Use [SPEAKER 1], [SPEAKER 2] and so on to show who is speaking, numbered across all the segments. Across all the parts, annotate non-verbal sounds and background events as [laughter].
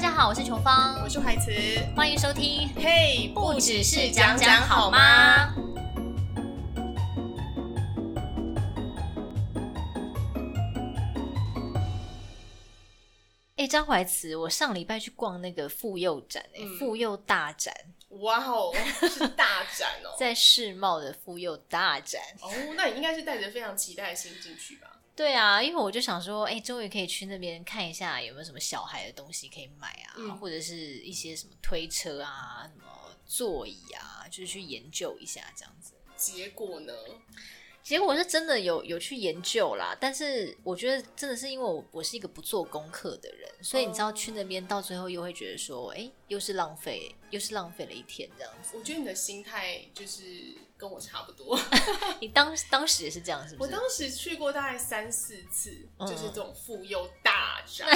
[SPEAKER 1] 家好，我是琼芳，
[SPEAKER 2] 我是怀慈，
[SPEAKER 1] 欢迎收听。
[SPEAKER 2] 嘿、
[SPEAKER 1] 不只是讲讲好吗？哎，张怀慈，我上礼拜去逛那个妇幼展、哎、
[SPEAKER 2] 嗯
[SPEAKER 1] 妇幼大展，
[SPEAKER 2] 哇哦，是大展哦！ [laughs]
[SPEAKER 1] 在世贸的妇幼大展。
[SPEAKER 2] 哦，那你应该是带着非常期待的心进去吧？
[SPEAKER 1] 对啊，因为我就想说，哎、终于可以去那边看一下有没有什么小孩的东西可以买啊，
[SPEAKER 2] 嗯
[SPEAKER 1] 或者是一些什么推车啊、什么座椅啊，就是去研究一下这样子。
[SPEAKER 2] 结果呢？
[SPEAKER 1] 结果我是真的有有去研究啦，但是我觉得真的是因为我我是一个不做功课的人，所以你知
[SPEAKER 2] 哦
[SPEAKER 1] 道去那边到最后又会觉得说，哎、又是浪费，又是浪费了一天这样子。
[SPEAKER 2] 我觉得你的心态就是跟我差不多。
[SPEAKER 1] 你当当时也是这样，是不
[SPEAKER 2] 我
[SPEAKER 1] 是？
[SPEAKER 2] 当时去过大概三四次，
[SPEAKER 1] 嗯
[SPEAKER 2] 就是这种妇幼大
[SPEAKER 1] [laughs]
[SPEAKER 2] 展，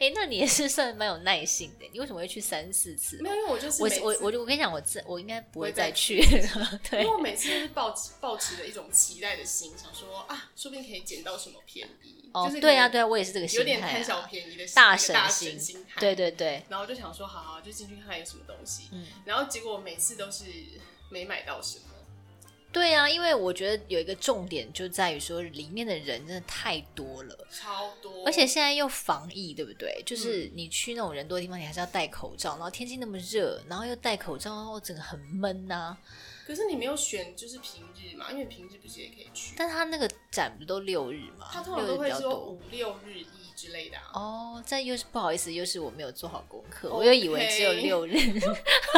[SPEAKER 1] 哎、那你也是算蛮有耐性的，你为什么会去三四次
[SPEAKER 2] 没？有，因为我就是
[SPEAKER 1] 我
[SPEAKER 2] 每次
[SPEAKER 1] 我我就我跟你讲，我自我应该不会
[SPEAKER 2] 不会再
[SPEAKER 1] 再去了。
[SPEAKER 2] 因
[SPEAKER 1] 对
[SPEAKER 2] 为，我每次都是抱持抱持着一种期待的心，想说啊，说不定可以捡到什么便宜，
[SPEAKER 1] 哦
[SPEAKER 2] 就，是
[SPEAKER 1] 对啊，
[SPEAKER 2] 可
[SPEAKER 1] 对啊，我也是这个
[SPEAKER 2] 能
[SPEAKER 1] 心
[SPEAKER 2] 有点
[SPEAKER 1] 态、
[SPEAKER 2] 贪小
[SPEAKER 1] 啊，
[SPEAKER 2] 便宜的
[SPEAKER 1] 大
[SPEAKER 2] 心
[SPEAKER 1] 神
[SPEAKER 2] 大
[SPEAKER 1] 心
[SPEAKER 2] 神心态，
[SPEAKER 1] 对对对，
[SPEAKER 2] 然后就想说，好好就进去看看有什么东西。
[SPEAKER 1] 嗯。
[SPEAKER 2] 然后结果我每次都是没买到什么。
[SPEAKER 1] 对啊，因为我觉得有一个重点就在于说，里面的人真的太多了，
[SPEAKER 2] 超多，嗯
[SPEAKER 1] 而且现在又防疫，对不对？就是你去那种人多的地方，你还是要戴口罩，然后天气那么热，然后又戴口罩，然后整个很闷啊呐、
[SPEAKER 2] 可是你没有选就是平日嘛，因为平日不是也可以去？
[SPEAKER 1] 但他那个展不都六日吗？
[SPEAKER 2] 他通
[SPEAKER 1] 六日
[SPEAKER 2] 常都
[SPEAKER 1] 比
[SPEAKER 2] 会
[SPEAKER 1] 较
[SPEAKER 2] 说
[SPEAKER 1] 多。
[SPEAKER 2] 五六日一之类的、啊。
[SPEAKER 1] 哦，这又是不好意思，又是我没有做好功课
[SPEAKER 2] OK
[SPEAKER 1] 我又以为只有六日， [laughs]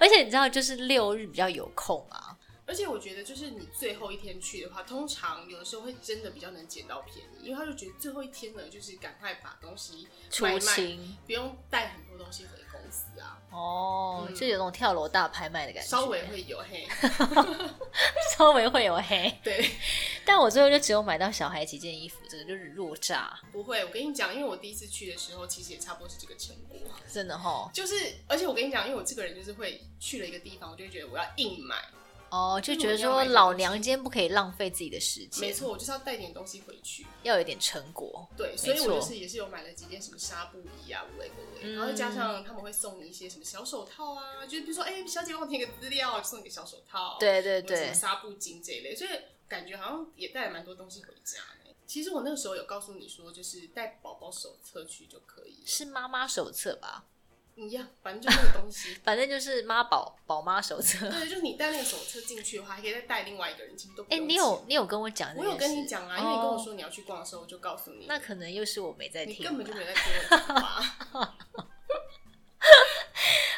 [SPEAKER 1] 而且你知道，就是六日比较有空啊。
[SPEAKER 2] 而且我觉得就是你最后一天去的话，通常有的时候会真的比较能捡到便宜，因为他就觉得最后一天呢，就是赶快把东西
[SPEAKER 1] 出
[SPEAKER 2] 卖一卖，
[SPEAKER 1] 清
[SPEAKER 2] 不用带很多东西回公司啊，
[SPEAKER 1] 哦，
[SPEAKER 2] 嗯
[SPEAKER 1] 就有那种跳楼大拍卖的感觉，
[SPEAKER 2] 稍微会有嘿，
[SPEAKER 1] 稍微会有黑。
[SPEAKER 2] 对，
[SPEAKER 1] 但我最后就只有买到小孩几件衣服，这个就是弱炸，
[SPEAKER 2] 不会。我跟你讲，因为我第一次去的时候，其实也差不多是这个成果。
[SPEAKER 1] 真的哈。
[SPEAKER 2] 就是，而且我跟你讲，因为我这个人就是会去了一个地方，我就会觉得我要硬买，
[SPEAKER 1] 哦，就
[SPEAKER 2] 就是
[SPEAKER 1] 觉得
[SPEAKER 2] 我要
[SPEAKER 1] 说
[SPEAKER 2] 买这个
[SPEAKER 1] 老
[SPEAKER 2] 东西
[SPEAKER 1] 娘今天不可以浪费自己的时间，
[SPEAKER 2] 没，错，我就是要带点东西回去。
[SPEAKER 1] 要有点成果。
[SPEAKER 2] 对，所以
[SPEAKER 1] 错
[SPEAKER 2] 我就是也是有买了几件什么纱布衣啊，无类无类，然后
[SPEAKER 1] 嗯
[SPEAKER 2] 加上他们会送你一些什么小手套啊，就是比如说，哎、小姐帮我填个资料，就送你个小手套，，
[SPEAKER 1] 对对
[SPEAKER 2] 什
[SPEAKER 1] 对
[SPEAKER 2] 么，纱布巾这一类，所以感觉好像也带了蛮多东西回家呢。其实我那个时候有告诉你说，就是带宝宝手册去就可以了，
[SPEAKER 1] 是妈妈手册吧？。
[SPEAKER 2] 一样，反正就那个东西 [laughs]
[SPEAKER 1] 反正就是妈宝宝妈手册。
[SPEAKER 2] 对，就是你带那个手册进去的话，还可以再带另外一个人，其实都不
[SPEAKER 1] 哎、
[SPEAKER 2] 用
[SPEAKER 1] 你
[SPEAKER 2] 钱
[SPEAKER 1] 有你有跟我讲这
[SPEAKER 2] 我
[SPEAKER 1] 件事？
[SPEAKER 2] 有跟你讲啊，因为你跟我
[SPEAKER 1] 哦，
[SPEAKER 2] 说你要去逛的时候，我就告诉你，
[SPEAKER 1] 那可能又是我没在
[SPEAKER 2] 你
[SPEAKER 1] 听
[SPEAKER 2] 根本就
[SPEAKER 1] 吧。
[SPEAKER 2] 没有在听我讲
[SPEAKER 1] [laughs]
[SPEAKER 2] 话。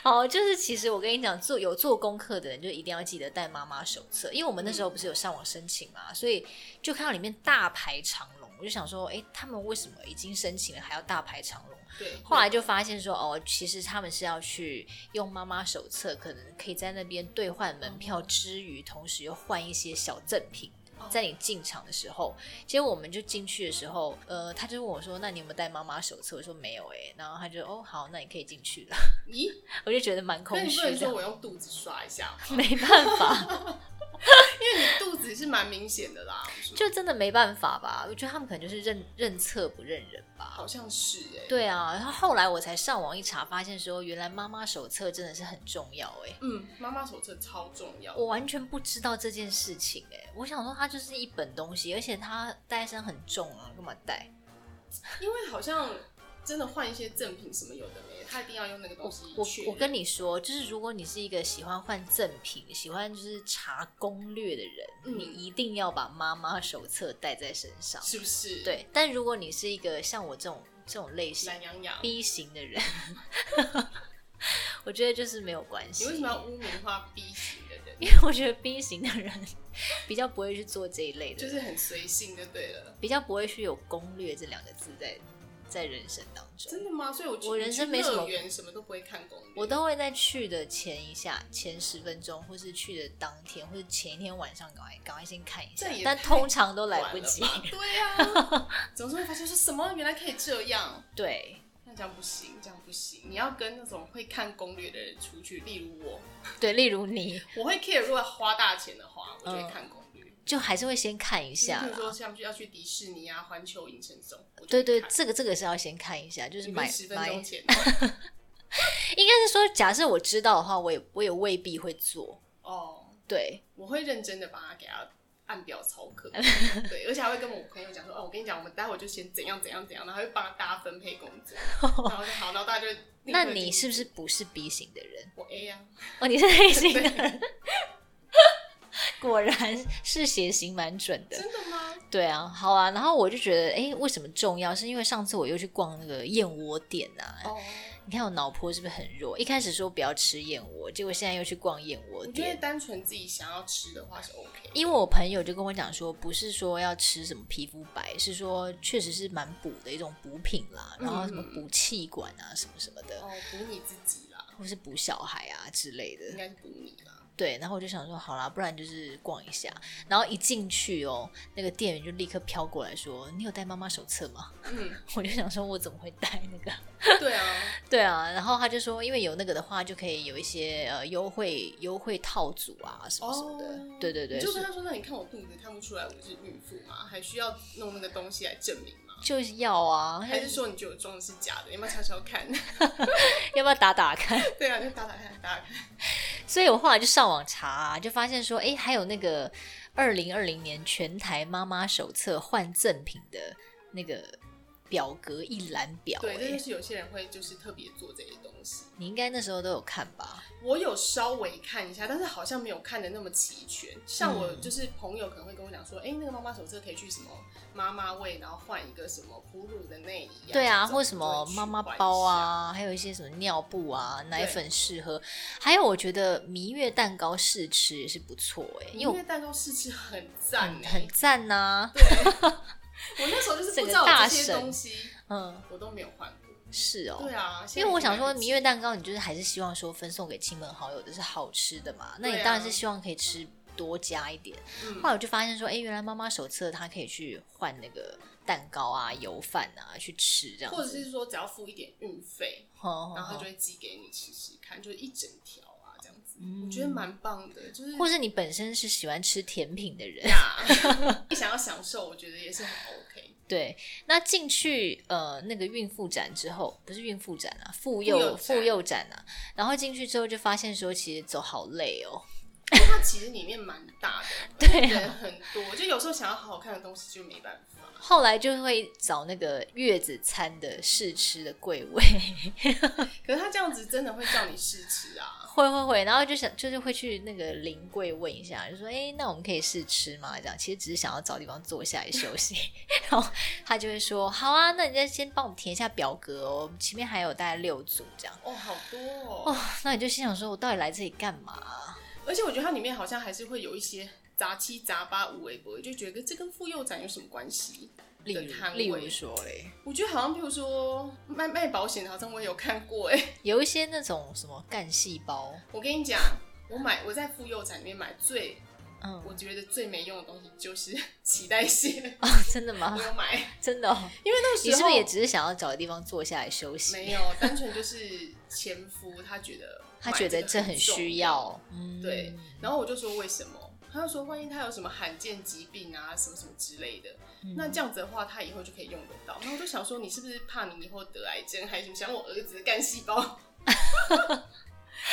[SPEAKER 1] 好，哦就是其实我跟你讲，做有做功课的人就一定要记得带妈妈手册，因为我们那时候不
[SPEAKER 2] 嗯
[SPEAKER 1] 是有上网申请嘛，所以就看到里面大排长龙，我就想说，哎、他们为什么已经申请了还要大排长龙？
[SPEAKER 2] 对，
[SPEAKER 1] 后来就发现说，哦，其实他们是要去用妈妈手册，可能可以在那边兑换门票之余，同时又换一些小赠品
[SPEAKER 2] 哦。
[SPEAKER 1] 在你进场的时候，结果我们就进去的时候，呃，他就问我说：“那你有没有带妈妈手册？”我说：“没有。”哎，然后他就：“哦，好，那你可以进去了。 [laughs]
[SPEAKER 2] 咦，”
[SPEAKER 1] 我就觉得蛮
[SPEAKER 2] 那
[SPEAKER 1] 空
[SPEAKER 2] 你
[SPEAKER 1] 虚
[SPEAKER 2] 不能说
[SPEAKER 1] 的， [laughs]
[SPEAKER 2] 我用肚子刷一下吗， [laughs]
[SPEAKER 1] 没办法，
[SPEAKER 2] 因为你肚子是蛮明显的啦，我说
[SPEAKER 1] 就真的没办法吧。我觉得他们可能就是认认册不认人吧。
[SPEAKER 2] 好像是哎、，
[SPEAKER 1] 对啊，然后后来我才上网一查，发现说原来妈妈手册真的是很重要哎、
[SPEAKER 2] 嗯，妈妈手册超重要
[SPEAKER 1] 我，完全不知道这件事情哎、我想说它就是一本东西，而且它带身很重啊，干嘛带？
[SPEAKER 2] 因为好像真的换一些赠品什么有的没的，他一定要用那个东
[SPEAKER 1] 我
[SPEAKER 2] 西
[SPEAKER 1] 我
[SPEAKER 2] 确认
[SPEAKER 1] 我跟你说，就是如果你是一个喜欢换赠品、喜欢就是查攻略的人，
[SPEAKER 2] 嗯
[SPEAKER 1] 你一定要把妈妈手册带在身上。
[SPEAKER 2] 是不是？，
[SPEAKER 1] 对，但如果你是一个像我这种这种类型
[SPEAKER 2] 懒洋洋，
[SPEAKER 1] B 型的人， [laughs] 我觉得就是没有关系。
[SPEAKER 2] 你为什么要污名化 B 型的人？
[SPEAKER 1] 因为我觉得 B 型的人 [laughs] 比较不会去做这一类的，
[SPEAKER 2] 就是很随性就对了，
[SPEAKER 1] 比较不会去有攻略这两个字在在人生当中。
[SPEAKER 2] 真的吗？所以我去
[SPEAKER 1] 我人生没什么
[SPEAKER 2] 去乐园什么都不会看攻略，
[SPEAKER 1] 我都会在去的前一下、前十分钟，或是去的当天，或是前一天晚上，赶快赶快先看一下
[SPEAKER 2] 这也。
[SPEAKER 1] 但
[SPEAKER 2] 太
[SPEAKER 1] 通常都来不及。 [laughs]
[SPEAKER 2] 晚了吧对啊，总是会发现说什么原来可以这样，
[SPEAKER 1] 对
[SPEAKER 2] 那这样不行，这样不行。你要跟那种会看攻略的人出去，例如我，
[SPEAKER 1] 对，例如你，
[SPEAKER 2] 嗯我会 care 如果要花大钱的话，我就会看攻略。
[SPEAKER 1] 就还是会先看一
[SPEAKER 2] 就是
[SPEAKER 1] 下
[SPEAKER 2] 譬如说
[SPEAKER 1] 啦。
[SPEAKER 2] 像去要去迪士尼啊、环球影城送，我就
[SPEAKER 1] 对对，
[SPEAKER 2] 看
[SPEAKER 1] 这个这个是要先看一下，就是
[SPEAKER 2] 你
[SPEAKER 1] 买
[SPEAKER 2] 十分
[SPEAKER 1] 买，
[SPEAKER 2] 钟
[SPEAKER 1] 应
[SPEAKER 2] 前，
[SPEAKER 1] 该是说，假设我知道的话，我也我也未必会做。
[SPEAKER 2] 哦，
[SPEAKER 1] 对，
[SPEAKER 2] 我会认真的把它给它按表操
[SPEAKER 1] [laughs]
[SPEAKER 2] 课，对，而且还会跟我朋友讲说，哦，我跟你讲，我们待会就先怎样怎样怎样，然后会帮大家分配工作，
[SPEAKER 1] [laughs]
[SPEAKER 2] 然后就好，然后大家就立刻
[SPEAKER 1] 那你
[SPEAKER 2] 进
[SPEAKER 1] 是不是不是 B 型的人？
[SPEAKER 2] 我
[SPEAKER 1] [laughs]
[SPEAKER 2] A 啊，
[SPEAKER 1] 哦，你是 A 型的 [laughs]
[SPEAKER 2] 对
[SPEAKER 1] 人，果然是血型蛮准的。
[SPEAKER 2] 真的吗？
[SPEAKER 1] 对啊，好啊，然后我就觉得，哎，为什么重要？是因为上次我又去逛那个燕窝店啊，
[SPEAKER 2] [laughs] 哦，
[SPEAKER 1] 你看我脑波是不是很弱？一开始说不要吃燕窝，结果现在又去逛燕窝
[SPEAKER 2] 我觉得
[SPEAKER 1] 店。
[SPEAKER 2] 单纯自己想要吃的话是 OK，
[SPEAKER 1] 因为我朋友就跟我讲说，不是说要吃什么皮肤白，是说确实是蛮补的一种补品啦，然后什
[SPEAKER 2] 嗯
[SPEAKER 1] 么补气管啊什么什么的，
[SPEAKER 2] 哦，补你自己啦，
[SPEAKER 1] 或是补小孩啊之类的。
[SPEAKER 2] 应该是补你啦，
[SPEAKER 1] 对，然后我就想说，好啦，不然就是逛一下。然后一进去哦，那个店员就立刻飘过来说：“你有带妈妈手册吗？”
[SPEAKER 2] [laughs] 嗯，
[SPEAKER 1] 我就想说，我怎么会带那个？
[SPEAKER 2] 对啊，
[SPEAKER 1] 对啊，然后他就说，因为有那个的话，就可以有一些呃优惠优惠套组啊什么什么的。
[SPEAKER 2] 哦，
[SPEAKER 1] 对对对，
[SPEAKER 2] 你就跟
[SPEAKER 1] 是
[SPEAKER 2] 他说，那你看我肚子看不出来我是孕妇吗？还需要弄那个东西来证明吗？
[SPEAKER 1] 就是要啊，
[SPEAKER 2] 还是说你觉得我装的是假的？你要不要瞧瞧看？ [laughs]
[SPEAKER 1] 要不要打打看？ [laughs]
[SPEAKER 2] 对啊，就打打看，打打看。
[SPEAKER 1] 所以我后来就上网查、就发现说，哎，还有那个二零二零年全台妈妈手册换赠品的那个表格一览表、
[SPEAKER 2] 对，这
[SPEAKER 1] 诶
[SPEAKER 2] 就是有些人会就是特别做这些东西。
[SPEAKER 1] 你应该那时候都有看吧？
[SPEAKER 2] 我有稍微看一下，但是好像没有看的那么齐全。像我
[SPEAKER 1] 嗯
[SPEAKER 2] 就是朋友可能会跟我讲说，哎、那个妈妈手册可以去什么妈妈位，然后换一个什么哺乳的内衣、
[SPEAKER 1] 对啊，
[SPEAKER 2] 这种
[SPEAKER 1] 或什么妈妈包。啊，还有一些什么尿布啊、奶粉试喝，还有我觉得蜜月蛋糕试吃也是不错哎、
[SPEAKER 2] 就会去换一下
[SPEAKER 1] 因
[SPEAKER 2] 因
[SPEAKER 1] 为嗯
[SPEAKER 2] 为蛋糕试吃很赞
[SPEAKER 1] 我
[SPEAKER 2] 哎、
[SPEAKER 1] 很赞呐、
[SPEAKER 2] 我那时候就是
[SPEAKER 1] 整个
[SPEAKER 2] 不知道有
[SPEAKER 1] 大
[SPEAKER 2] 这些
[SPEAKER 1] 神
[SPEAKER 2] 东西，
[SPEAKER 1] 嗯，
[SPEAKER 2] 我都没有换过。
[SPEAKER 1] 是哦。
[SPEAKER 2] 对啊，
[SPEAKER 1] 因为我想说，
[SPEAKER 2] 现在已经来不
[SPEAKER 1] 蜜
[SPEAKER 2] 及
[SPEAKER 1] 月蛋糕你就是还是希望说分送给亲朋好友的是好吃的嘛，那你
[SPEAKER 2] 对啊
[SPEAKER 1] 当然是希望可以吃多加一点。
[SPEAKER 2] 嗯
[SPEAKER 1] 后来我就发现说，哎、原来妈妈手册它可以去换那个蛋糕啊、油饭啊去吃这样
[SPEAKER 2] 或者
[SPEAKER 1] 子，哦
[SPEAKER 2] 是说只要付一点运费，
[SPEAKER 1] 哼哼
[SPEAKER 2] 然后他
[SPEAKER 1] 哼
[SPEAKER 2] 就会寄给你吃吃看，就是一整条啊这样子，
[SPEAKER 1] 嗯
[SPEAKER 2] 我觉得蛮棒的，就是
[SPEAKER 1] 或是你本身是喜欢吃甜品的人，
[SPEAKER 2] 呀， [laughs] 你想要享受，我觉得也是很 OK。
[SPEAKER 1] 对，那进去呃那个孕妇展之后，不是孕妇展啊，妇
[SPEAKER 2] 幼
[SPEAKER 1] 幼
[SPEAKER 2] 展
[SPEAKER 1] 妇幼展啊，然后进去之后就发现说，其实走好累哦。
[SPEAKER 2] 因为它其实里面蛮大的，
[SPEAKER 1] 对啊
[SPEAKER 2] 人很多，就有时候想要好好看的东西就没办法。
[SPEAKER 1] 后来就会找那个月子餐的试吃的柜位， [laughs]
[SPEAKER 2] 可是他这样子真的会叫你试吃啊，
[SPEAKER 1] 会会会，然后就想就是会去那个临柜问一下，就说哎，那我们可以试吃吗？这样其实只是想要找地方坐下来休息， [laughs] 然后他就会说好啊，那你再先帮我们填一下表格哦，我们前面还有大概六组这样。
[SPEAKER 2] 哦，好多哦，
[SPEAKER 1] 哦，那你就心想说，我到底来这里干嘛啊、
[SPEAKER 2] 而且我觉得它里面好像还是会有一些杂七杂八、无微博，就觉得这跟妇幼展有什么关系？
[SPEAKER 1] 例
[SPEAKER 2] 的
[SPEAKER 1] 如，
[SPEAKER 2] 摊
[SPEAKER 1] 例
[SPEAKER 2] 位
[SPEAKER 1] 如说嘞，
[SPEAKER 2] 我觉得好像，譬如说卖卖保险的，好像我也有看过哎、
[SPEAKER 1] 有一些那种什么干细胞，
[SPEAKER 2] 我跟你讲，我买我在妇幼展里面买最
[SPEAKER 1] 嗯，
[SPEAKER 2] 我觉得最没用的东西就是 [laughs] 脐带线，
[SPEAKER 1] [laughs] 哦，真的吗
[SPEAKER 2] [laughs] 我？有买，
[SPEAKER 1] 真的、哦，
[SPEAKER 2] 因为那个时
[SPEAKER 1] 你
[SPEAKER 2] 候
[SPEAKER 1] 是不是也只是想要找个地方坐下来休息？
[SPEAKER 2] 没有，单纯就是前夫他觉得
[SPEAKER 1] [laughs] 他觉得
[SPEAKER 2] 买这
[SPEAKER 1] 这
[SPEAKER 2] 个
[SPEAKER 1] 很
[SPEAKER 2] 重
[SPEAKER 1] 需，要，嗯，
[SPEAKER 2] 对，然后我就说为什么？他就说万一他有什么罕见疾病啊，什么什么之类的，
[SPEAKER 1] 嗯
[SPEAKER 2] 那这样子的话他以后就可以用得到。那我就想说你是不是怕你以后得癌症，还是想我儿子的干细胞？ [laughs] 因为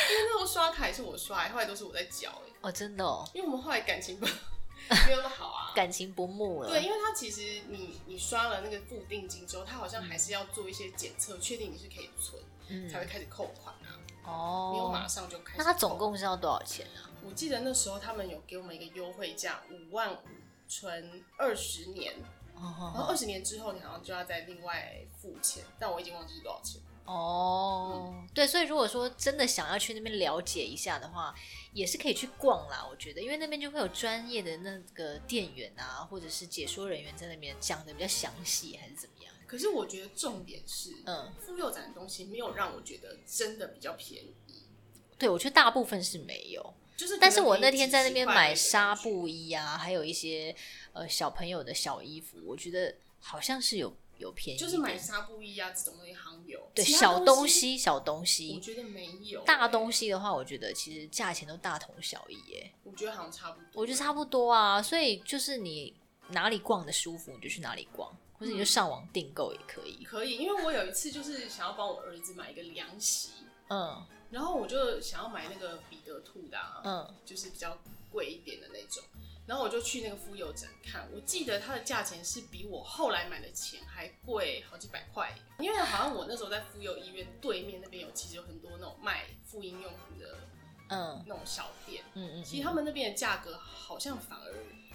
[SPEAKER 2] 那时候刷卡也是我刷，后来都是我在缴、欸，
[SPEAKER 1] 哦，真的、哦，
[SPEAKER 2] 因为我们后来感情不 [laughs] 没有那么好啊。
[SPEAKER 1] 感情不睦了，
[SPEAKER 2] 对，因为它其实你你刷了那个固定金之后，它好像还是要做一些检测，确定你是可以存，才会
[SPEAKER 1] 嗯，
[SPEAKER 2] 开始扣款啊，没有马
[SPEAKER 1] 哦，
[SPEAKER 2] 上就开始扣。
[SPEAKER 1] 那他总共是要多少钱啊？
[SPEAKER 2] 我记得那时候他们有给我们一个优惠价，五万五存二十年，然后
[SPEAKER 1] 哦
[SPEAKER 2] 二十年之后你好像就要再另外付钱，但我已经忘记是多少钱了。
[SPEAKER 1] 哦，对，所以如果说真的想要去那边了解一下的话，也是可以去逛啦。我觉得，因为那边就会有专业的那个店员啊，或者是解说人员在那边讲的比较详细，还是怎么样？
[SPEAKER 2] 可是我觉得重点是，
[SPEAKER 1] 嗯，
[SPEAKER 2] 妇幼展的东西没有让我觉得真的比较便宜，
[SPEAKER 1] 对，我觉得大部分是没有。
[SPEAKER 2] 就是可能
[SPEAKER 1] 但是我那
[SPEAKER 2] 比
[SPEAKER 1] 天在那
[SPEAKER 2] 几
[SPEAKER 1] 边
[SPEAKER 2] 块
[SPEAKER 1] 买
[SPEAKER 2] 的
[SPEAKER 1] 纱
[SPEAKER 2] 感觉
[SPEAKER 1] 布衣啊，还有一些呃小朋友的小衣服，我觉得好像是有有便宜一点，
[SPEAKER 2] 就是买纱布衣啊这种东西好像有，
[SPEAKER 1] 对
[SPEAKER 2] 其他
[SPEAKER 1] 小
[SPEAKER 2] 东
[SPEAKER 1] 东，西小东
[SPEAKER 2] 我
[SPEAKER 1] 西。
[SPEAKER 2] 觉得没有、
[SPEAKER 1] 大
[SPEAKER 2] 欸
[SPEAKER 1] 东西的话，我觉得其实价钱都大同小异耶，
[SPEAKER 2] 我觉得好像差不多，
[SPEAKER 1] 我觉得差不多啊。所以就是你哪里逛的舒服，你就去哪里逛，或者你就
[SPEAKER 2] 嗯
[SPEAKER 1] 上网订购也可以。
[SPEAKER 2] 可以，因为我有一次就是想要帮我儿子买一个凉席，
[SPEAKER 1] 嗯
[SPEAKER 2] 然后我就想要买那个彼得兔的、啊，
[SPEAKER 1] 嗯，
[SPEAKER 2] 就是比较贵一点的那种。然后我就去那个妇幼展看，我记得它的价钱是比我后来买的钱还贵好几百块，因为好像我那时候在妇幼医院对面那边有其实有很多那种卖妇婴用品的
[SPEAKER 1] 嗯
[SPEAKER 2] 那种小店，
[SPEAKER 1] 嗯嗯，
[SPEAKER 2] 其实他们那边的价格好像反而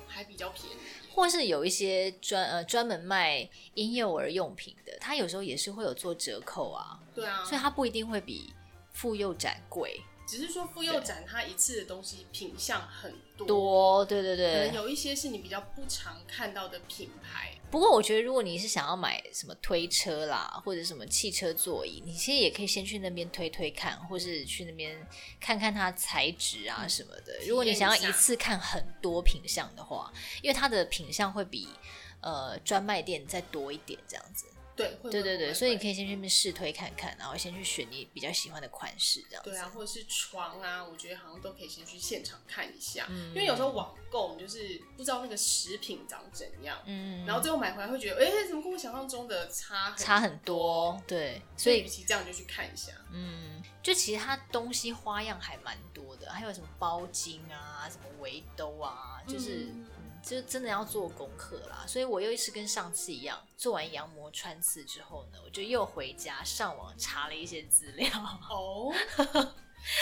[SPEAKER 2] 还比较便宜。
[SPEAKER 1] 或是有一些专呃专门卖婴幼儿用品的，它有时候也是会有做折扣啊，
[SPEAKER 2] 对啊，
[SPEAKER 1] 所以它不一定会比妇幼展贵
[SPEAKER 2] 只是说妇幼展它一次的东西品相很多，
[SPEAKER 1] 多。对对
[SPEAKER 2] 可能
[SPEAKER 1] 对。
[SPEAKER 2] 有一些是你比较不常看到的品牌。
[SPEAKER 1] 不过我觉得，如果你是想要买什么推车啦，或者什么汽车座椅，你其实也可以先去那边推推看，或是去那边看看它材质啊什么的。
[SPEAKER 2] 嗯验一下
[SPEAKER 1] 如果你想要一次看很多品相的话，因为它的品相会比呃专卖店再多一点这样子。
[SPEAKER 2] 对，会
[SPEAKER 1] 对对对，所以你可
[SPEAKER 2] 以。
[SPEAKER 1] 以先去那边试推看看，然后先去选你比较喜欢的款式，这样子。
[SPEAKER 2] 对啊，，或者是床啊，我觉得好像都可以先去现场看一下，
[SPEAKER 1] 嗯
[SPEAKER 2] 因为有时候网购你就是不知道那个食品长怎样，
[SPEAKER 1] 嗯，
[SPEAKER 2] 然后最后买回来会觉得，哎、怎么跟我想象中的差很
[SPEAKER 1] 差很多，对，所
[SPEAKER 2] 所以与
[SPEAKER 1] 以
[SPEAKER 2] 其这样就去看一下。
[SPEAKER 1] 嗯，就其实它东西花样还蛮多的，还有什么包巾啊，什么围兜啊，就是。
[SPEAKER 2] 嗯
[SPEAKER 1] 嗯就真的要做功课啦，所以我又是跟上次一样，做完羊膜穿刺之后呢，我就又回家上网查了一些资料， [laughs]
[SPEAKER 2] 哦，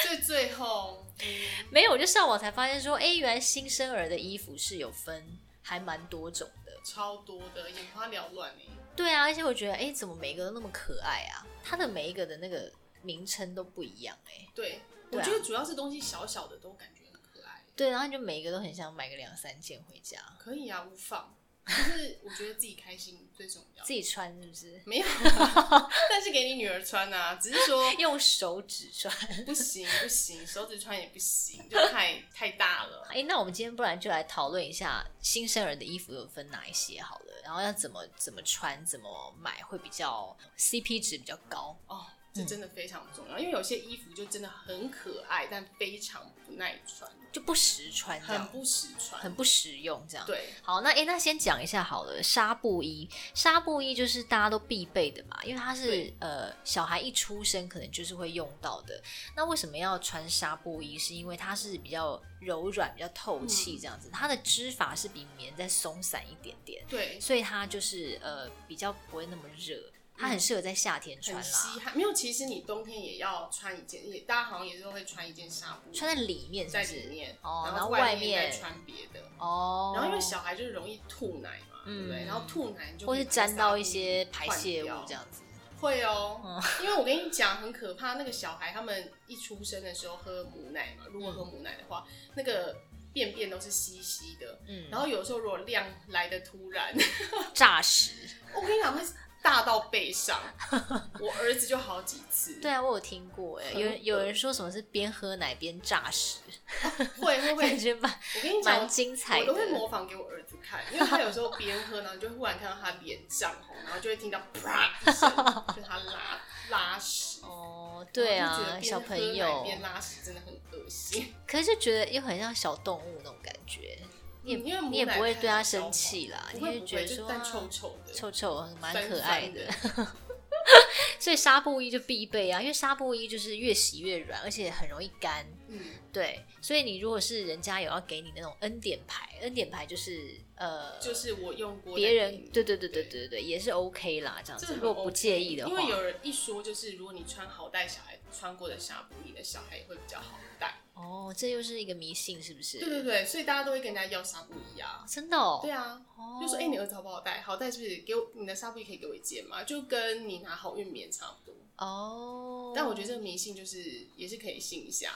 [SPEAKER 2] 所以最后，嗯
[SPEAKER 1] 没有，我就上网才发现说，哎，原来新生儿的衣服是有分还蛮多种的，
[SPEAKER 2] 超多的，眼花缭乱哎。
[SPEAKER 1] 对啊，而且我觉得，哎、怎么每一个都那么可爱啊？它的每一个的那个名称都不一样、哎，
[SPEAKER 2] 对，
[SPEAKER 1] 对
[SPEAKER 2] 我
[SPEAKER 1] 啊
[SPEAKER 2] 觉得主要是东西小小的都感觉很可爱。
[SPEAKER 1] 对，然后就每一个都很想买个两三件回家，
[SPEAKER 2] 可以啊，无妨。就是我觉得自己开心最重
[SPEAKER 1] [laughs]
[SPEAKER 2] 要
[SPEAKER 1] 自。己穿是不是？
[SPEAKER 2] 没有、啊， [laughs] 但是给你女儿穿啊，只是说
[SPEAKER 1] 用手指穿。
[SPEAKER 2] 不行不行， [laughs] 手指穿也不行，就太太大了。
[SPEAKER 1] 哎、那我们今天不然就来讨论一下新生儿的衣服有分哪一些好了，然后要怎么怎么穿、怎么买会比较 CP 值比较高。
[SPEAKER 2] 哦，
[SPEAKER 1] 嗯
[SPEAKER 2] 这真的非常重要，因为有些衣服就真的很可爱，但非常不耐穿，
[SPEAKER 1] 就不实穿这
[SPEAKER 2] 很
[SPEAKER 1] 样，
[SPEAKER 2] 不实穿。
[SPEAKER 1] 很不实用这样。
[SPEAKER 2] 对，
[SPEAKER 1] 好，那诶，哎那先讲一下好了，纱布衣，纱布衣就是大家都必备的嘛，因为它是
[SPEAKER 2] 对
[SPEAKER 1] 呃小孩一出生可能就是会用到的。那为什么要穿纱布衣？是因为它是比较柔软、比较透
[SPEAKER 2] 嗯
[SPEAKER 1] 气这样子，它的织法是比棉再松散一点点，
[SPEAKER 2] 对，
[SPEAKER 1] 所以它就是呃比较不会那么热，它很适合在夏天穿
[SPEAKER 2] 嗯很
[SPEAKER 1] 啦，
[SPEAKER 2] 稀罕。没有，其实你冬天也要穿一件，也大家好像也是会穿一件纱布
[SPEAKER 1] 穿在里面是
[SPEAKER 2] 在
[SPEAKER 1] 不
[SPEAKER 2] 里
[SPEAKER 1] 是？
[SPEAKER 2] 面，
[SPEAKER 1] 哦
[SPEAKER 2] 然
[SPEAKER 1] 然后
[SPEAKER 2] 后
[SPEAKER 1] 外
[SPEAKER 2] 外
[SPEAKER 1] 面
[SPEAKER 2] 再穿别的。
[SPEAKER 1] 哦，
[SPEAKER 2] 然后因为小孩就是容易吐奶嘛，
[SPEAKER 1] 嗯
[SPEAKER 2] 对不对？然后吐奶你就
[SPEAKER 1] 或
[SPEAKER 2] 可以
[SPEAKER 1] 是
[SPEAKER 2] 把
[SPEAKER 1] 沾到
[SPEAKER 2] 纱
[SPEAKER 1] 一
[SPEAKER 2] 布
[SPEAKER 1] 些排泄物
[SPEAKER 2] 换掉
[SPEAKER 1] 这样子，
[SPEAKER 2] 会哦，
[SPEAKER 1] 嗯
[SPEAKER 2] 因为我跟你讲很可怕，那个小孩他们一出生的时候喝母奶嘛，
[SPEAKER 1] 嗯
[SPEAKER 2] 如果喝母奶的话，那个便便都是稀稀的，
[SPEAKER 1] 嗯，
[SPEAKER 2] 然后有时候如果量来的突然， [laughs]
[SPEAKER 1] 诈食。
[SPEAKER 2] 我跟你讲会大到背
[SPEAKER 1] [laughs]
[SPEAKER 2] 上，我儿子就好几次，
[SPEAKER 1] 对啊，我有听过哎，
[SPEAKER 2] 很
[SPEAKER 1] 有人有
[SPEAKER 2] 恶
[SPEAKER 1] 人说什么是边喝奶边诈食，
[SPEAKER 2] 会会
[SPEAKER 1] 感 [laughs]
[SPEAKER 2] 会，
[SPEAKER 1] 觉蛮
[SPEAKER 2] 我跟你讲，
[SPEAKER 1] 蛮
[SPEAKER 2] 我
[SPEAKER 1] 精彩
[SPEAKER 2] 我都
[SPEAKER 1] 的。
[SPEAKER 2] 会模仿给我儿子看，因为他有时候边喝呢，你就会忽然看到他脸涨红，然后就会听到啪一
[SPEAKER 1] [laughs]
[SPEAKER 2] 声，就他拉拉屎。
[SPEAKER 1] 哦，对
[SPEAKER 2] 我就觉得
[SPEAKER 1] 啊，
[SPEAKER 2] 边
[SPEAKER 1] 小
[SPEAKER 2] 喝奶
[SPEAKER 1] 朋友，
[SPEAKER 2] 边拉屎真的很恶心。
[SPEAKER 1] 可是就觉得又很像小动物那种感觉，你也
[SPEAKER 2] 嗯因为母
[SPEAKER 1] 你也
[SPEAKER 2] 奶
[SPEAKER 1] 不会
[SPEAKER 2] 太
[SPEAKER 1] 对它
[SPEAKER 2] 好
[SPEAKER 1] 生
[SPEAKER 2] 消
[SPEAKER 1] 气啦
[SPEAKER 2] 化，
[SPEAKER 1] 你
[SPEAKER 2] 不会
[SPEAKER 1] 会
[SPEAKER 2] 不
[SPEAKER 1] 觉
[SPEAKER 2] 会，
[SPEAKER 1] 得
[SPEAKER 2] 就
[SPEAKER 1] 说
[SPEAKER 2] 但
[SPEAKER 1] 啊
[SPEAKER 2] 臭臭的，
[SPEAKER 1] 臭臭蛮
[SPEAKER 2] 酸
[SPEAKER 1] 可
[SPEAKER 2] 酸
[SPEAKER 1] 爱的
[SPEAKER 2] 的。。
[SPEAKER 1] [laughs] 所以纱布衣就必备啊，因为纱布衣就是越洗越软，而且很容易干。
[SPEAKER 2] 嗯，
[SPEAKER 1] 对，所以你如果是人家有要给你那种恩典牌，恩典牌就是呃，
[SPEAKER 2] 就是我用过的
[SPEAKER 1] 别
[SPEAKER 2] 给
[SPEAKER 1] 人
[SPEAKER 2] 你
[SPEAKER 1] 对对对对对对，也是 OK 啦，这样
[SPEAKER 2] 这
[SPEAKER 1] 子，
[SPEAKER 2] 很
[SPEAKER 1] 如果不
[SPEAKER 2] OK，
[SPEAKER 1] 介意的话，
[SPEAKER 2] 因为有人一说就是，如果你穿好带小孩穿过的纱布，你的小孩也会比较好带。
[SPEAKER 1] 哦，这又是一个迷信，是不是？
[SPEAKER 2] 对对对，所以大家都会跟人家要纱布衣啊。
[SPEAKER 1] 真的哦，
[SPEAKER 2] 对啊，
[SPEAKER 1] 哦
[SPEAKER 2] 就说哎、你儿子好不好带？好带是不是？给我你的纱布衣可以给我一件吗？就跟你拿好运棉差不多。
[SPEAKER 1] 哦，
[SPEAKER 2] 但我觉得这个迷信就是也是可以信
[SPEAKER 1] [laughs]
[SPEAKER 2] 一下，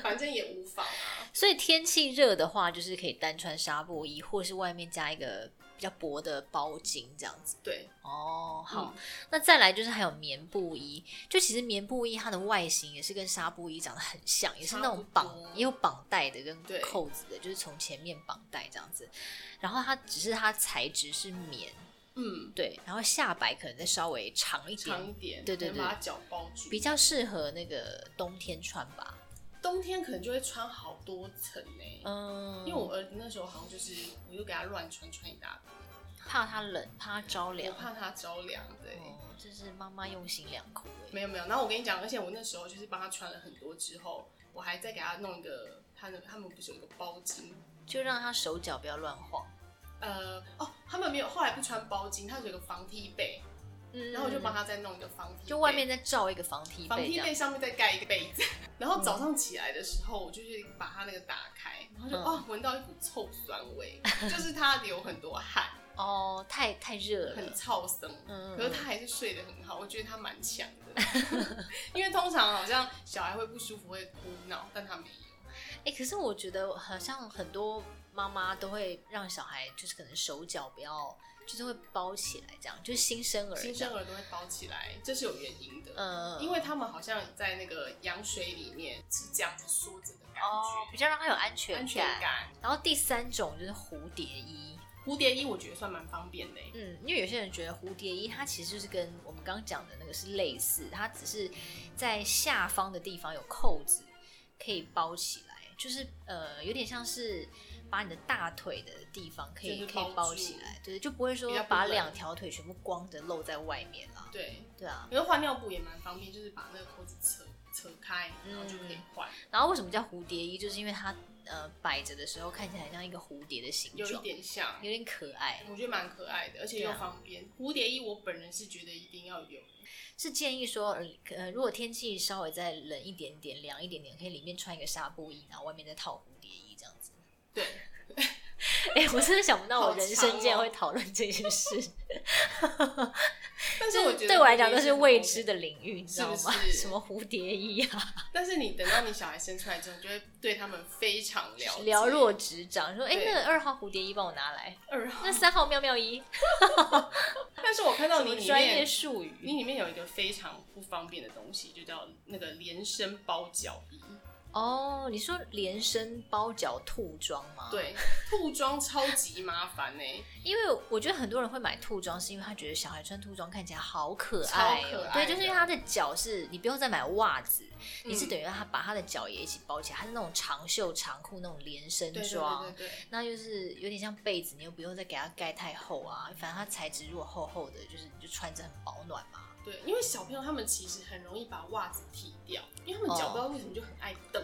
[SPEAKER 2] 反正也无妨啊。
[SPEAKER 1] 所以天气热的话，就是可以单穿纱布衣，或是外面加一个比较薄的包巾这样子。
[SPEAKER 2] 对，
[SPEAKER 1] 哦，好，那再来就是还有棉布衣，就其实棉布衣它的外形也是跟纱布衣长得很像，也是那种
[SPEAKER 2] 差
[SPEAKER 1] 绑
[SPEAKER 2] 不多
[SPEAKER 1] 也有绑带的跟
[SPEAKER 2] 对
[SPEAKER 1] 扣子的，就是从前面绑带这样子。然后它只是它材质是棉，
[SPEAKER 2] 嗯，
[SPEAKER 1] 对，然后下摆可能再稍微长一
[SPEAKER 2] 长一
[SPEAKER 1] 点，
[SPEAKER 2] 点，
[SPEAKER 1] 对对
[SPEAKER 2] 可能
[SPEAKER 1] 对
[SPEAKER 2] 把它脚包住。
[SPEAKER 1] 比较适合那个冬天穿吧。
[SPEAKER 2] 冬天可能就会穿好多层呢、
[SPEAKER 1] 嗯，
[SPEAKER 2] 因为我儿子那时候好像就是，我就给他乱穿穿一大
[SPEAKER 1] 怕它冷，怕它着
[SPEAKER 2] 堆，我
[SPEAKER 1] 凉。
[SPEAKER 2] 怕他着凉。对，
[SPEAKER 1] 哦，这是妈妈用心良苦哎。
[SPEAKER 2] 没有没有。然后我跟你讲，而且我那时候就是帮他穿了很多之后，我还再给他弄一个，他那他们不是有一个包巾，
[SPEAKER 1] 就让他手脚不要乱晃。
[SPEAKER 2] 呃，哦，他们没有，后来不穿包巾，他有一个防踢被，
[SPEAKER 1] 嗯
[SPEAKER 2] 然后我就帮他再弄一个防踢被，
[SPEAKER 1] 就外面再罩一个防踢
[SPEAKER 2] 防
[SPEAKER 1] 被这
[SPEAKER 2] 踢
[SPEAKER 1] 样嗯
[SPEAKER 2] 被。上面再盖一个被子。 [laughs] 然后早上起来的时候，我就是把它那个打开，然后就
[SPEAKER 1] 嗯
[SPEAKER 2] 哦，闻到一股臭酸味， [laughs] 就是他流很多汗，
[SPEAKER 1] 哦，太太热
[SPEAKER 2] 很
[SPEAKER 1] 了。
[SPEAKER 2] 燥生。
[SPEAKER 1] 嗯
[SPEAKER 2] 可是他还是睡得很好，我觉得他蛮强的。 [laughs] 因为通常好像小孩会不舒服会哭闹，但他没有。
[SPEAKER 1] 哎、可是我觉得好像很多妈妈都会让小孩就是可能手脚不要，就是会包起来这样，就是新生儿
[SPEAKER 2] 新
[SPEAKER 1] 这
[SPEAKER 2] 生
[SPEAKER 1] 样。
[SPEAKER 2] 儿都会包起来，这是有原因的。
[SPEAKER 1] 嗯，
[SPEAKER 2] 因为他们好像在那个羊水里面是这样子缩着的感
[SPEAKER 1] 哦，
[SPEAKER 2] 觉，
[SPEAKER 1] 比较让他有安全
[SPEAKER 2] 安全感。
[SPEAKER 1] 然后第三种就是蝴蝶衣，
[SPEAKER 2] 蝴蝶衣我觉得算蛮方便的欸，
[SPEAKER 1] 嗯，因为有些人觉得蝴蝶衣它其实就是跟我们刚刚讲的那个是类似，它只是在下方的地方有扣子可以包起来，就是呃有点像是把你的大腿的地方可以
[SPEAKER 2] 就是
[SPEAKER 1] 可
[SPEAKER 2] 包
[SPEAKER 1] 以包起
[SPEAKER 2] 住
[SPEAKER 1] 来，对，就不会说
[SPEAKER 2] 比较不
[SPEAKER 1] 把
[SPEAKER 2] 冷
[SPEAKER 1] 两条腿全部光着露在外面啦。
[SPEAKER 2] 对。
[SPEAKER 1] 对啊，
[SPEAKER 2] 可是换尿布也蛮方便，就是把那个扣子扯扯开，然后就可以换，
[SPEAKER 1] 然后为什么叫蝴蝶衣？就是因为它呃摆着的时候看起来像一个蝴蝶的形
[SPEAKER 2] 有一
[SPEAKER 1] 状，
[SPEAKER 2] 点像，
[SPEAKER 1] 有点可爱。
[SPEAKER 2] 我觉得蛮可爱的，而且
[SPEAKER 1] 对
[SPEAKER 2] 又
[SPEAKER 1] 啊
[SPEAKER 2] 方便。蝴蝶衣我本人是觉得一定要有，
[SPEAKER 1] 是建议说，呃呃，如果天气稍微再冷一点点、凉一点点，可以里面穿一个纱布衣，然后外面再套蝴蝶衣这样子。 [laughs]
[SPEAKER 2] 对，
[SPEAKER 1] 哎、我真的想不到
[SPEAKER 2] 好
[SPEAKER 1] 我人
[SPEAKER 2] 长
[SPEAKER 1] 生竟然
[SPEAKER 2] 哦
[SPEAKER 1] 会讨论这件事，
[SPEAKER 2] [laughs] 但是
[SPEAKER 1] 就
[SPEAKER 2] 我觉
[SPEAKER 1] 是
[SPEAKER 2] 得
[SPEAKER 1] 对我来讲
[SPEAKER 2] 蝴蝶
[SPEAKER 1] 都
[SPEAKER 2] 衣
[SPEAKER 1] 是
[SPEAKER 2] 很
[SPEAKER 1] 未
[SPEAKER 2] 方
[SPEAKER 1] 知
[SPEAKER 2] 便。
[SPEAKER 1] 的领域，你知道
[SPEAKER 2] 是不
[SPEAKER 1] 吗？
[SPEAKER 2] 是
[SPEAKER 1] 什么蝴蝶衣啊，
[SPEAKER 2] 但是你等到你小孩生出来之后，你就会对他们非常了解。
[SPEAKER 1] 寥若指掌。说，哎、
[SPEAKER 2] 对
[SPEAKER 1] 那个二号蝴蝶衣帮我拿来，
[SPEAKER 2] 二号
[SPEAKER 1] 那，三号妙妙衣，
[SPEAKER 2] 但是我看到
[SPEAKER 1] 什
[SPEAKER 2] 你
[SPEAKER 1] 么
[SPEAKER 2] 里
[SPEAKER 1] 专业
[SPEAKER 2] 面，
[SPEAKER 1] 术
[SPEAKER 2] 你
[SPEAKER 1] 语？
[SPEAKER 2] 里面有一个非常不方便的东西，就叫那个连身包脚衣。
[SPEAKER 1] 哦，你说连身包脚兔装吗？，
[SPEAKER 2] 对， [laughs] 兔装超级麻烦呢、欸
[SPEAKER 1] 因为我觉得很多人会买兔装，是因为他觉得小孩穿兔装看起来好可爱、哦，
[SPEAKER 2] 超可爱的
[SPEAKER 1] 对，就是因为他的脚是你不用再买袜子，你是
[SPEAKER 2] 嗯
[SPEAKER 1] 等于他把他的脚也一起包起来，他是那种长袖长裤那种连身
[SPEAKER 2] 对对
[SPEAKER 1] 装。
[SPEAKER 2] 对对对。
[SPEAKER 1] 那就是有点像被子，你又不用再给它盖太厚啊，反正它材质如果厚厚的，就是你就穿着很保暖嘛。
[SPEAKER 2] 对，因为小朋友他们其实很容易把袜子踢掉，因为他们脚
[SPEAKER 1] 哦
[SPEAKER 2] 不知道为什么就很爱蹬，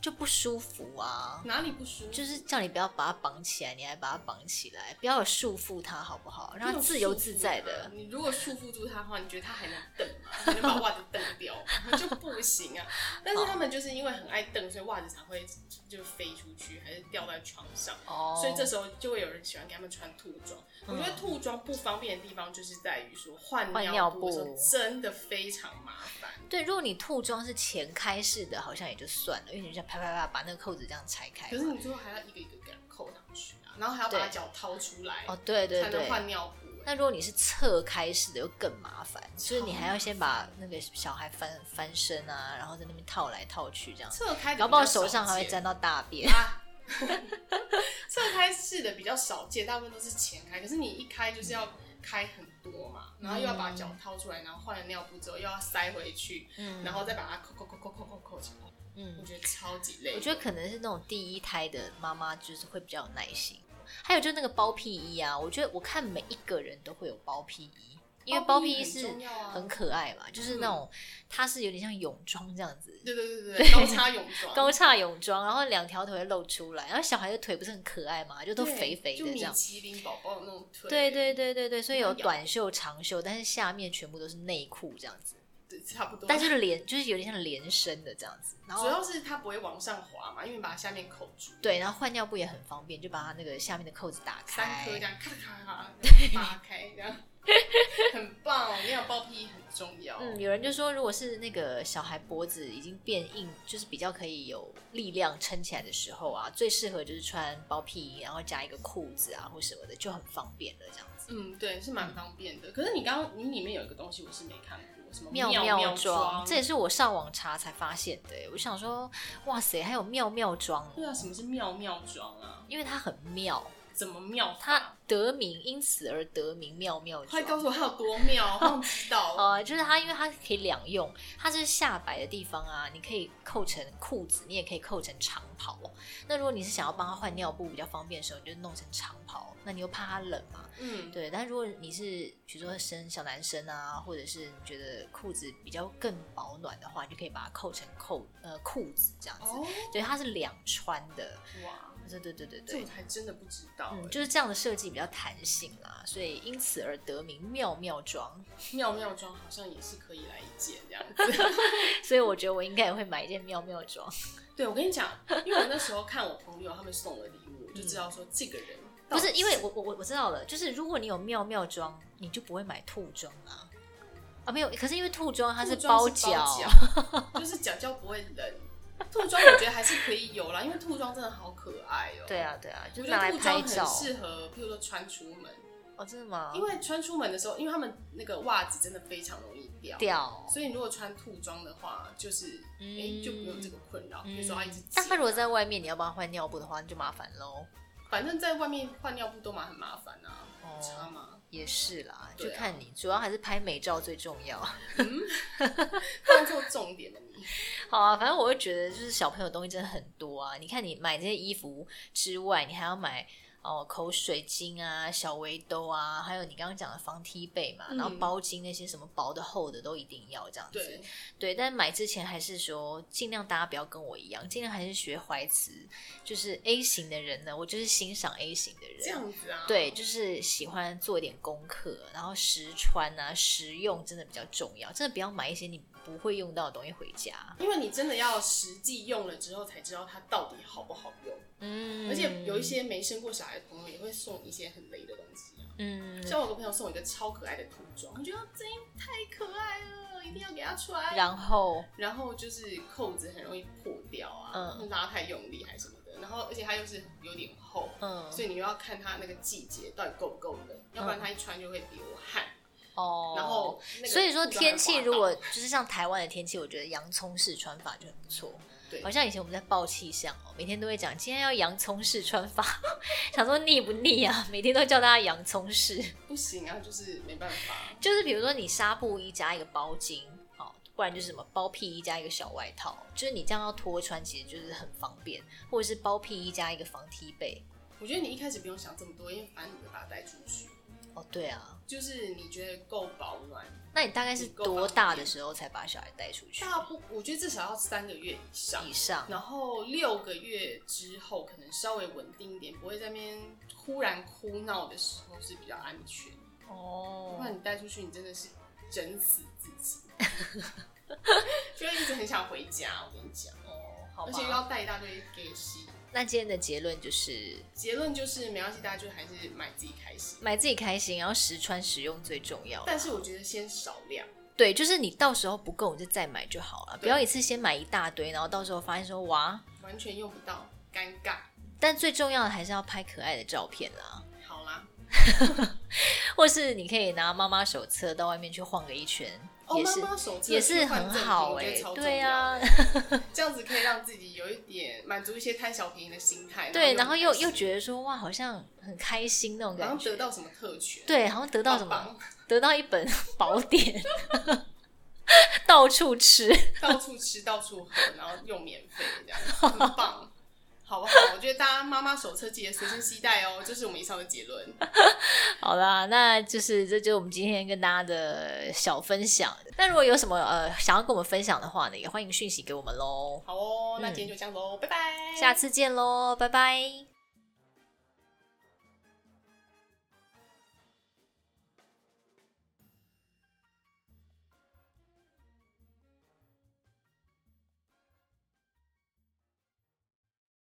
[SPEAKER 1] 就不舒服啊。
[SPEAKER 2] 哪里不舒服，
[SPEAKER 1] 就是叫你不要把它绑起来，你还把它绑起来，不要有束缚它，好不好？让
[SPEAKER 2] 这
[SPEAKER 1] 它
[SPEAKER 2] 种
[SPEAKER 1] 自由
[SPEAKER 2] 束缚
[SPEAKER 1] 自在
[SPEAKER 2] 啊
[SPEAKER 1] 的。
[SPEAKER 2] 你如果束缚住他的话，你觉得他还能蹬吗？还能把袜子蹬掉吗？就不行啊。但是他们就是因为很爱蹬，所以袜子才会就飞出去，还是掉在床上。
[SPEAKER 1] 哦嗯
[SPEAKER 2] 所以这时候就会有人喜欢给他们穿兔装。我觉得兔装不方便的地方就是在于说换
[SPEAKER 1] 换
[SPEAKER 2] 尿
[SPEAKER 1] 尿
[SPEAKER 2] 布的时候
[SPEAKER 1] 布
[SPEAKER 2] 真的非常麻烦。
[SPEAKER 1] 对，如果你兔装是前开式的，好像也就算了，因为你就啪啪啪把那个扣子这样拆开
[SPEAKER 2] 可是
[SPEAKER 1] 嘛。
[SPEAKER 2] 你最后还要一个一个给它扣上去啊，然后还要把
[SPEAKER 1] 对
[SPEAKER 2] 脚掏出来，
[SPEAKER 1] 哦，对对
[SPEAKER 2] 才能
[SPEAKER 1] 对。
[SPEAKER 2] 换尿布、欸。
[SPEAKER 1] 那如果你是侧开式的，又更麻烦，就是你还要先把那个小孩翻翻身啊，然后在那边套来套去这样，
[SPEAKER 2] 侧开的
[SPEAKER 1] 搞
[SPEAKER 2] 比
[SPEAKER 1] 不好
[SPEAKER 2] 较
[SPEAKER 1] 手
[SPEAKER 2] 少
[SPEAKER 1] 上还会
[SPEAKER 2] 见
[SPEAKER 1] 沾到大便。
[SPEAKER 2] [laughs] 啊。侧开式的比较少见，大部分都是前开。可是你一开就是要开很多嘛，然后又要把脚掏出来，然后换了尿布之后又要塞回去，
[SPEAKER 1] 嗯
[SPEAKER 2] 然后再把它扣扣扣扣扣扣扣起来。我
[SPEAKER 1] 嗯，
[SPEAKER 2] 觉得超级累。
[SPEAKER 1] 我觉得可能是那种第一胎的妈妈就是会比较有耐心。还有就是那个包屁衣啊，我觉得我看每一个人都会有包屁衣，因为包屁衣是
[SPEAKER 2] 很重要啊嗯
[SPEAKER 1] 很可爱嘛，就是那种它是有点像泳装这样子，
[SPEAKER 2] 对对对对对，高叉泳装，
[SPEAKER 1] 高叉泳装，然后两条腿会露出来，然后小孩的腿不是很可爱嘛，就都
[SPEAKER 2] 对
[SPEAKER 1] 肥肥
[SPEAKER 2] 就
[SPEAKER 1] 的这
[SPEAKER 2] 米
[SPEAKER 1] 样。
[SPEAKER 2] 其林宝宝的那种腿，
[SPEAKER 1] 对对对对对，所以有
[SPEAKER 2] 很有
[SPEAKER 1] 短袖、长袖，但是下面全部都是内裤这样子，
[SPEAKER 2] 对，差不多。
[SPEAKER 1] 但是连就是有点像连身的这样子，然
[SPEAKER 2] 主
[SPEAKER 1] 后
[SPEAKER 2] 要是它不会往上滑嘛，因为把它下面扣住，
[SPEAKER 1] 对，然后换尿布也很方便，就把它那个下面的扣子打
[SPEAKER 2] 三颗这
[SPEAKER 1] 开。
[SPEAKER 2] 样咔咔咔 [laughs] 扒开这样，很棒。没有包屁很重要，
[SPEAKER 1] 嗯，有人就说，如果是那个小孩脖子已经变硬，就是比较可以有力量撑起来的时候啊，最适合就是穿包屁衣，然后加一个裤子啊或什么的，就很方便了这样子。
[SPEAKER 2] 嗯，对，是蛮方便的。可是你刚刚你里面有一个东西我是没看过，什么
[SPEAKER 1] 妙
[SPEAKER 2] 妙
[SPEAKER 1] 装，这也
[SPEAKER 2] 这
[SPEAKER 1] 是我上网查才发现的。欸我想说，哇塞，还有妙妙装哦，
[SPEAKER 2] 对啊，什么是妙妙装啊？
[SPEAKER 1] 因为它很妙，
[SPEAKER 2] 怎么妙法？
[SPEAKER 1] 它得名，因此而得名妙妙
[SPEAKER 2] 快
[SPEAKER 1] 妆。
[SPEAKER 2] 告诉我它有多妙，我想知
[SPEAKER 1] [laughs]
[SPEAKER 2] 道。
[SPEAKER 1] 呃，就是它，因为它可以两用，它是下摆的地方啊，你可以扣成裤子，你也可以扣成长袍。那如果你是想要帮它换尿布比较方便的时候，你就弄成长袍。那你又怕它冷嘛？
[SPEAKER 2] 嗯，
[SPEAKER 1] 对。但如果你是比如说生小男生啊，或者是你觉得裤子比较更保暖的话，你就可以把它扣成扣呃裤子这样子。
[SPEAKER 2] 哦，
[SPEAKER 1] 对，它是两穿的。
[SPEAKER 2] 哇，
[SPEAKER 1] 对对对对
[SPEAKER 2] 这
[SPEAKER 1] 对
[SPEAKER 2] 我。还真的不知道
[SPEAKER 1] 嗯，
[SPEAKER 2] 欸。
[SPEAKER 1] 就是这样的设计比较弹性啦，所以因此而得名妙妙装。
[SPEAKER 2] 妙妙妆好像也是可以来一件这样子。 [laughs]
[SPEAKER 1] 所以我觉得我应该也会买一件妙妙装。
[SPEAKER 2] 对，我跟你讲，因为我那时候看我朋友他们送的礼物，我就知道说这个人
[SPEAKER 1] 不
[SPEAKER 2] 到底
[SPEAKER 1] 是因为我我我我知道了，就是如果你有妙妙装，你就不会买兔装啊。啊，没有，可是因为兔装它
[SPEAKER 2] 兔
[SPEAKER 1] 包
[SPEAKER 2] 装是
[SPEAKER 1] 脚，
[SPEAKER 2] 包
[SPEAKER 1] [laughs]
[SPEAKER 2] 脚就是脚脚不会冷。兔装我觉得还是可以有啦，因为兔装真的好可爱哦、
[SPEAKER 1] 对，啊对啊，
[SPEAKER 2] 我
[SPEAKER 1] 就
[SPEAKER 2] 觉
[SPEAKER 1] 是拿来
[SPEAKER 2] 得兔装
[SPEAKER 1] 拍
[SPEAKER 2] 很
[SPEAKER 1] 照。
[SPEAKER 2] 适合，譬如说穿出门，
[SPEAKER 1] 哦，真的吗？
[SPEAKER 2] 因为穿出门的时候，因为他们那个袜子真的非常容易掉，
[SPEAKER 1] 掉，
[SPEAKER 2] 所以你如果穿兔装的话，就是哎、
[SPEAKER 1] 嗯
[SPEAKER 2] 诶就不用这个困扰。比如说它一直
[SPEAKER 1] 嗯
[SPEAKER 2] 挤，
[SPEAKER 1] 但它如果在外面，你要帮它换尿布的话，那就麻烦喽。
[SPEAKER 2] 反正在外面换尿布都蛮很麻烦啊，
[SPEAKER 1] 哦
[SPEAKER 2] 差吗？
[SPEAKER 1] 也是啦，就
[SPEAKER 2] 对啊
[SPEAKER 1] 看你，主要还是拍美照最重要。 [laughs]
[SPEAKER 2] 放错重点了你。
[SPEAKER 1] 好啊，反正我会觉得就是小朋友东西真的很多啊。你看，你买这些衣服之外，你还要买哦口水巾啊、小围兜啊，还有你刚刚讲的防踢被嘛，
[SPEAKER 2] 嗯
[SPEAKER 1] 然后包巾那些什么薄的、厚的都一定要这样子。
[SPEAKER 2] 对，
[SPEAKER 1] 对，但买之前还是说，尽量大家不要跟我一样，尽量还是学怀慈，就是 A 型的人呢，我就是欣赏 A 型的人。
[SPEAKER 2] 这样子啊。
[SPEAKER 1] 对，就是喜欢做一点功课，然后实穿啊、实用真的比较重要，真的不要买一些你不会用到的东西回家。
[SPEAKER 2] 因为你真的要实际用了之后才知道它到底好不好用，
[SPEAKER 1] 嗯，
[SPEAKER 2] 而且有一些没生过小孩的朋友也会送一些很雷的东西啊。
[SPEAKER 1] 嗯，
[SPEAKER 2] 像我有个朋友送我一个超可爱的兔装，我觉得这太可爱了，一定要给他穿。
[SPEAKER 1] 然后
[SPEAKER 2] 然后就是扣子很容易破掉啊，
[SPEAKER 1] 嗯
[SPEAKER 2] 拉太用力还是什么的。然后而且它又是有点厚，
[SPEAKER 1] 嗯
[SPEAKER 2] 所以你又要看它那个季节到底够不够冷，要不然它一穿就会流汗。
[SPEAKER 1] 哦，
[SPEAKER 2] 然后那个
[SPEAKER 1] 所以说
[SPEAKER 2] 裤子还
[SPEAKER 1] 天气
[SPEAKER 2] 滑
[SPEAKER 1] 如
[SPEAKER 2] 倒
[SPEAKER 1] 果就是像台湾的天气，我觉得洋葱式穿法就很不错。
[SPEAKER 2] 对
[SPEAKER 1] 好像以前我们在报气象哦，每天都会讲今天要洋葱式穿法， [laughs] 想说腻不腻啊？每天都叫大家洋葱式，
[SPEAKER 2] 不行啊，就是没办法。
[SPEAKER 1] 就是比如说你纱布衣加一个包巾。哦，不然就是什么包屁衣加一个小外套，就是你这样要脱穿，其实就是很方便，或者是包屁衣加一个防踢被。
[SPEAKER 2] 我觉得你一开始不用想这么多，因为反正你会把它带出去，
[SPEAKER 1] 哦，对啊，
[SPEAKER 2] 就是你觉得够保暖。
[SPEAKER 1] 那你大概是
[SPEAKER 2] 不够方
[SPEAKER 1] 多大的
[SPEAKER 2] 便
[SPEAKER 1] 时候才把小孩带出去？
[SPEAKER 2] 大不，我觉得至少要三个月以上。
[SPEAKER 1] 以上，
[SPEAKER 2] 然后六个月之后，可能稍微稳定一点，不会在那边忽然哭闹的时候是比较安全。
[SPEAKER 1] 哦
[SPEAKER 2] 不然你带出去，你真的是整死自
[SPEAKER 1] [laughs]
[SPEAKER 2] 己，就会一直很想回家。我跟你讲，
[SPEAKER 1] 哦，好
[SPEAKER 2] 而且又
[SPEAKER 1] 吧。
[SPEAKER 2] 要带一大堆给洗。
[SPEAKER 1] 那今天的结论就是
[SPEAKER 2] 结论就是没关系，大家就还是买自己开心。
[SPEAKER 1] 买自己开心，然后实穿实用最重要。
[SPEAKER 2] 但是我觉得先少量，
[SPEAKER 1] 对，就是你到时候不够，你就再买就好了，
[SPEAKER 2] 对
[SPEAKER 1] 不要一次先买一大堆，然后到时候发现说哇。
[SPEAKER 2] 完全用不到，尴尬。
[SPEAKER 1] 但最重要的还是要拍可爱的照片啦，
[SPEAKER 2] 好啦，
[SPEAKER 1] 或是你可以拿妈妈手册到外面去晃个一圈，
[SPEAKER 2] 哦，
[SPEAKER 1] 也
[SPEAKER 2] 妈
[SPEAKER 1] 是
[SPEAKER 2] 妈手册
[SPEAKER 1] 也是
[SPEAKER 2] 去换
[SPEAKER 1] 很
[SPEAKER 2] 赠品
[SPEAKER 1] 好
[SPEAKER 2] 我觉
[SPEAKER 1] 哎、
[SPEAKER 2] 得超重
[SPEAKER 1] 对
[SPEAKER 2] 要
[SPEAKER 1] 啊，
[SPEAKER 2] 这样子可以让自己有一点满足一些贪小便宜的心态，
[SPEAKER 1] 对，然后又
[SPEAKER 2] 很
[SPEAKER 1] 又
[SPEAKER 2] 开心
[SPEAKER 1] 觉得说哇，好像很开心那种
[SPEAKER 2] 好
[SPEAKER 1] 感
[SPEAKER 2] 像
[SPEAKER 1] 觉，
[SPEAKER 2] 得到什么特权，
[SPEAKER 1] 对，好像得到什么 [laughs]
[SPEAKER 2] 棒
[SPEAKER 1] 得到一本宝典， [laughs] 到处吃。
[SPEAKER 2] 棒，到处吃，到处喝，然后用免费这样，很棒，好不好？我觉得大家妈妈手册记得随身携带哦，这是我们以上的结论。
[SPEAKER 1] 好啦，那就是这就是我们今天跟大家的小分享。那如果有什么呃想要跟我们分享的话呢，也欢迎讯息给我们喽。嗯
[SPEAKER 2] 好哦，那今天就这样喽，拜拜，
[SPEAKER 1] 下次见喽，拜拜。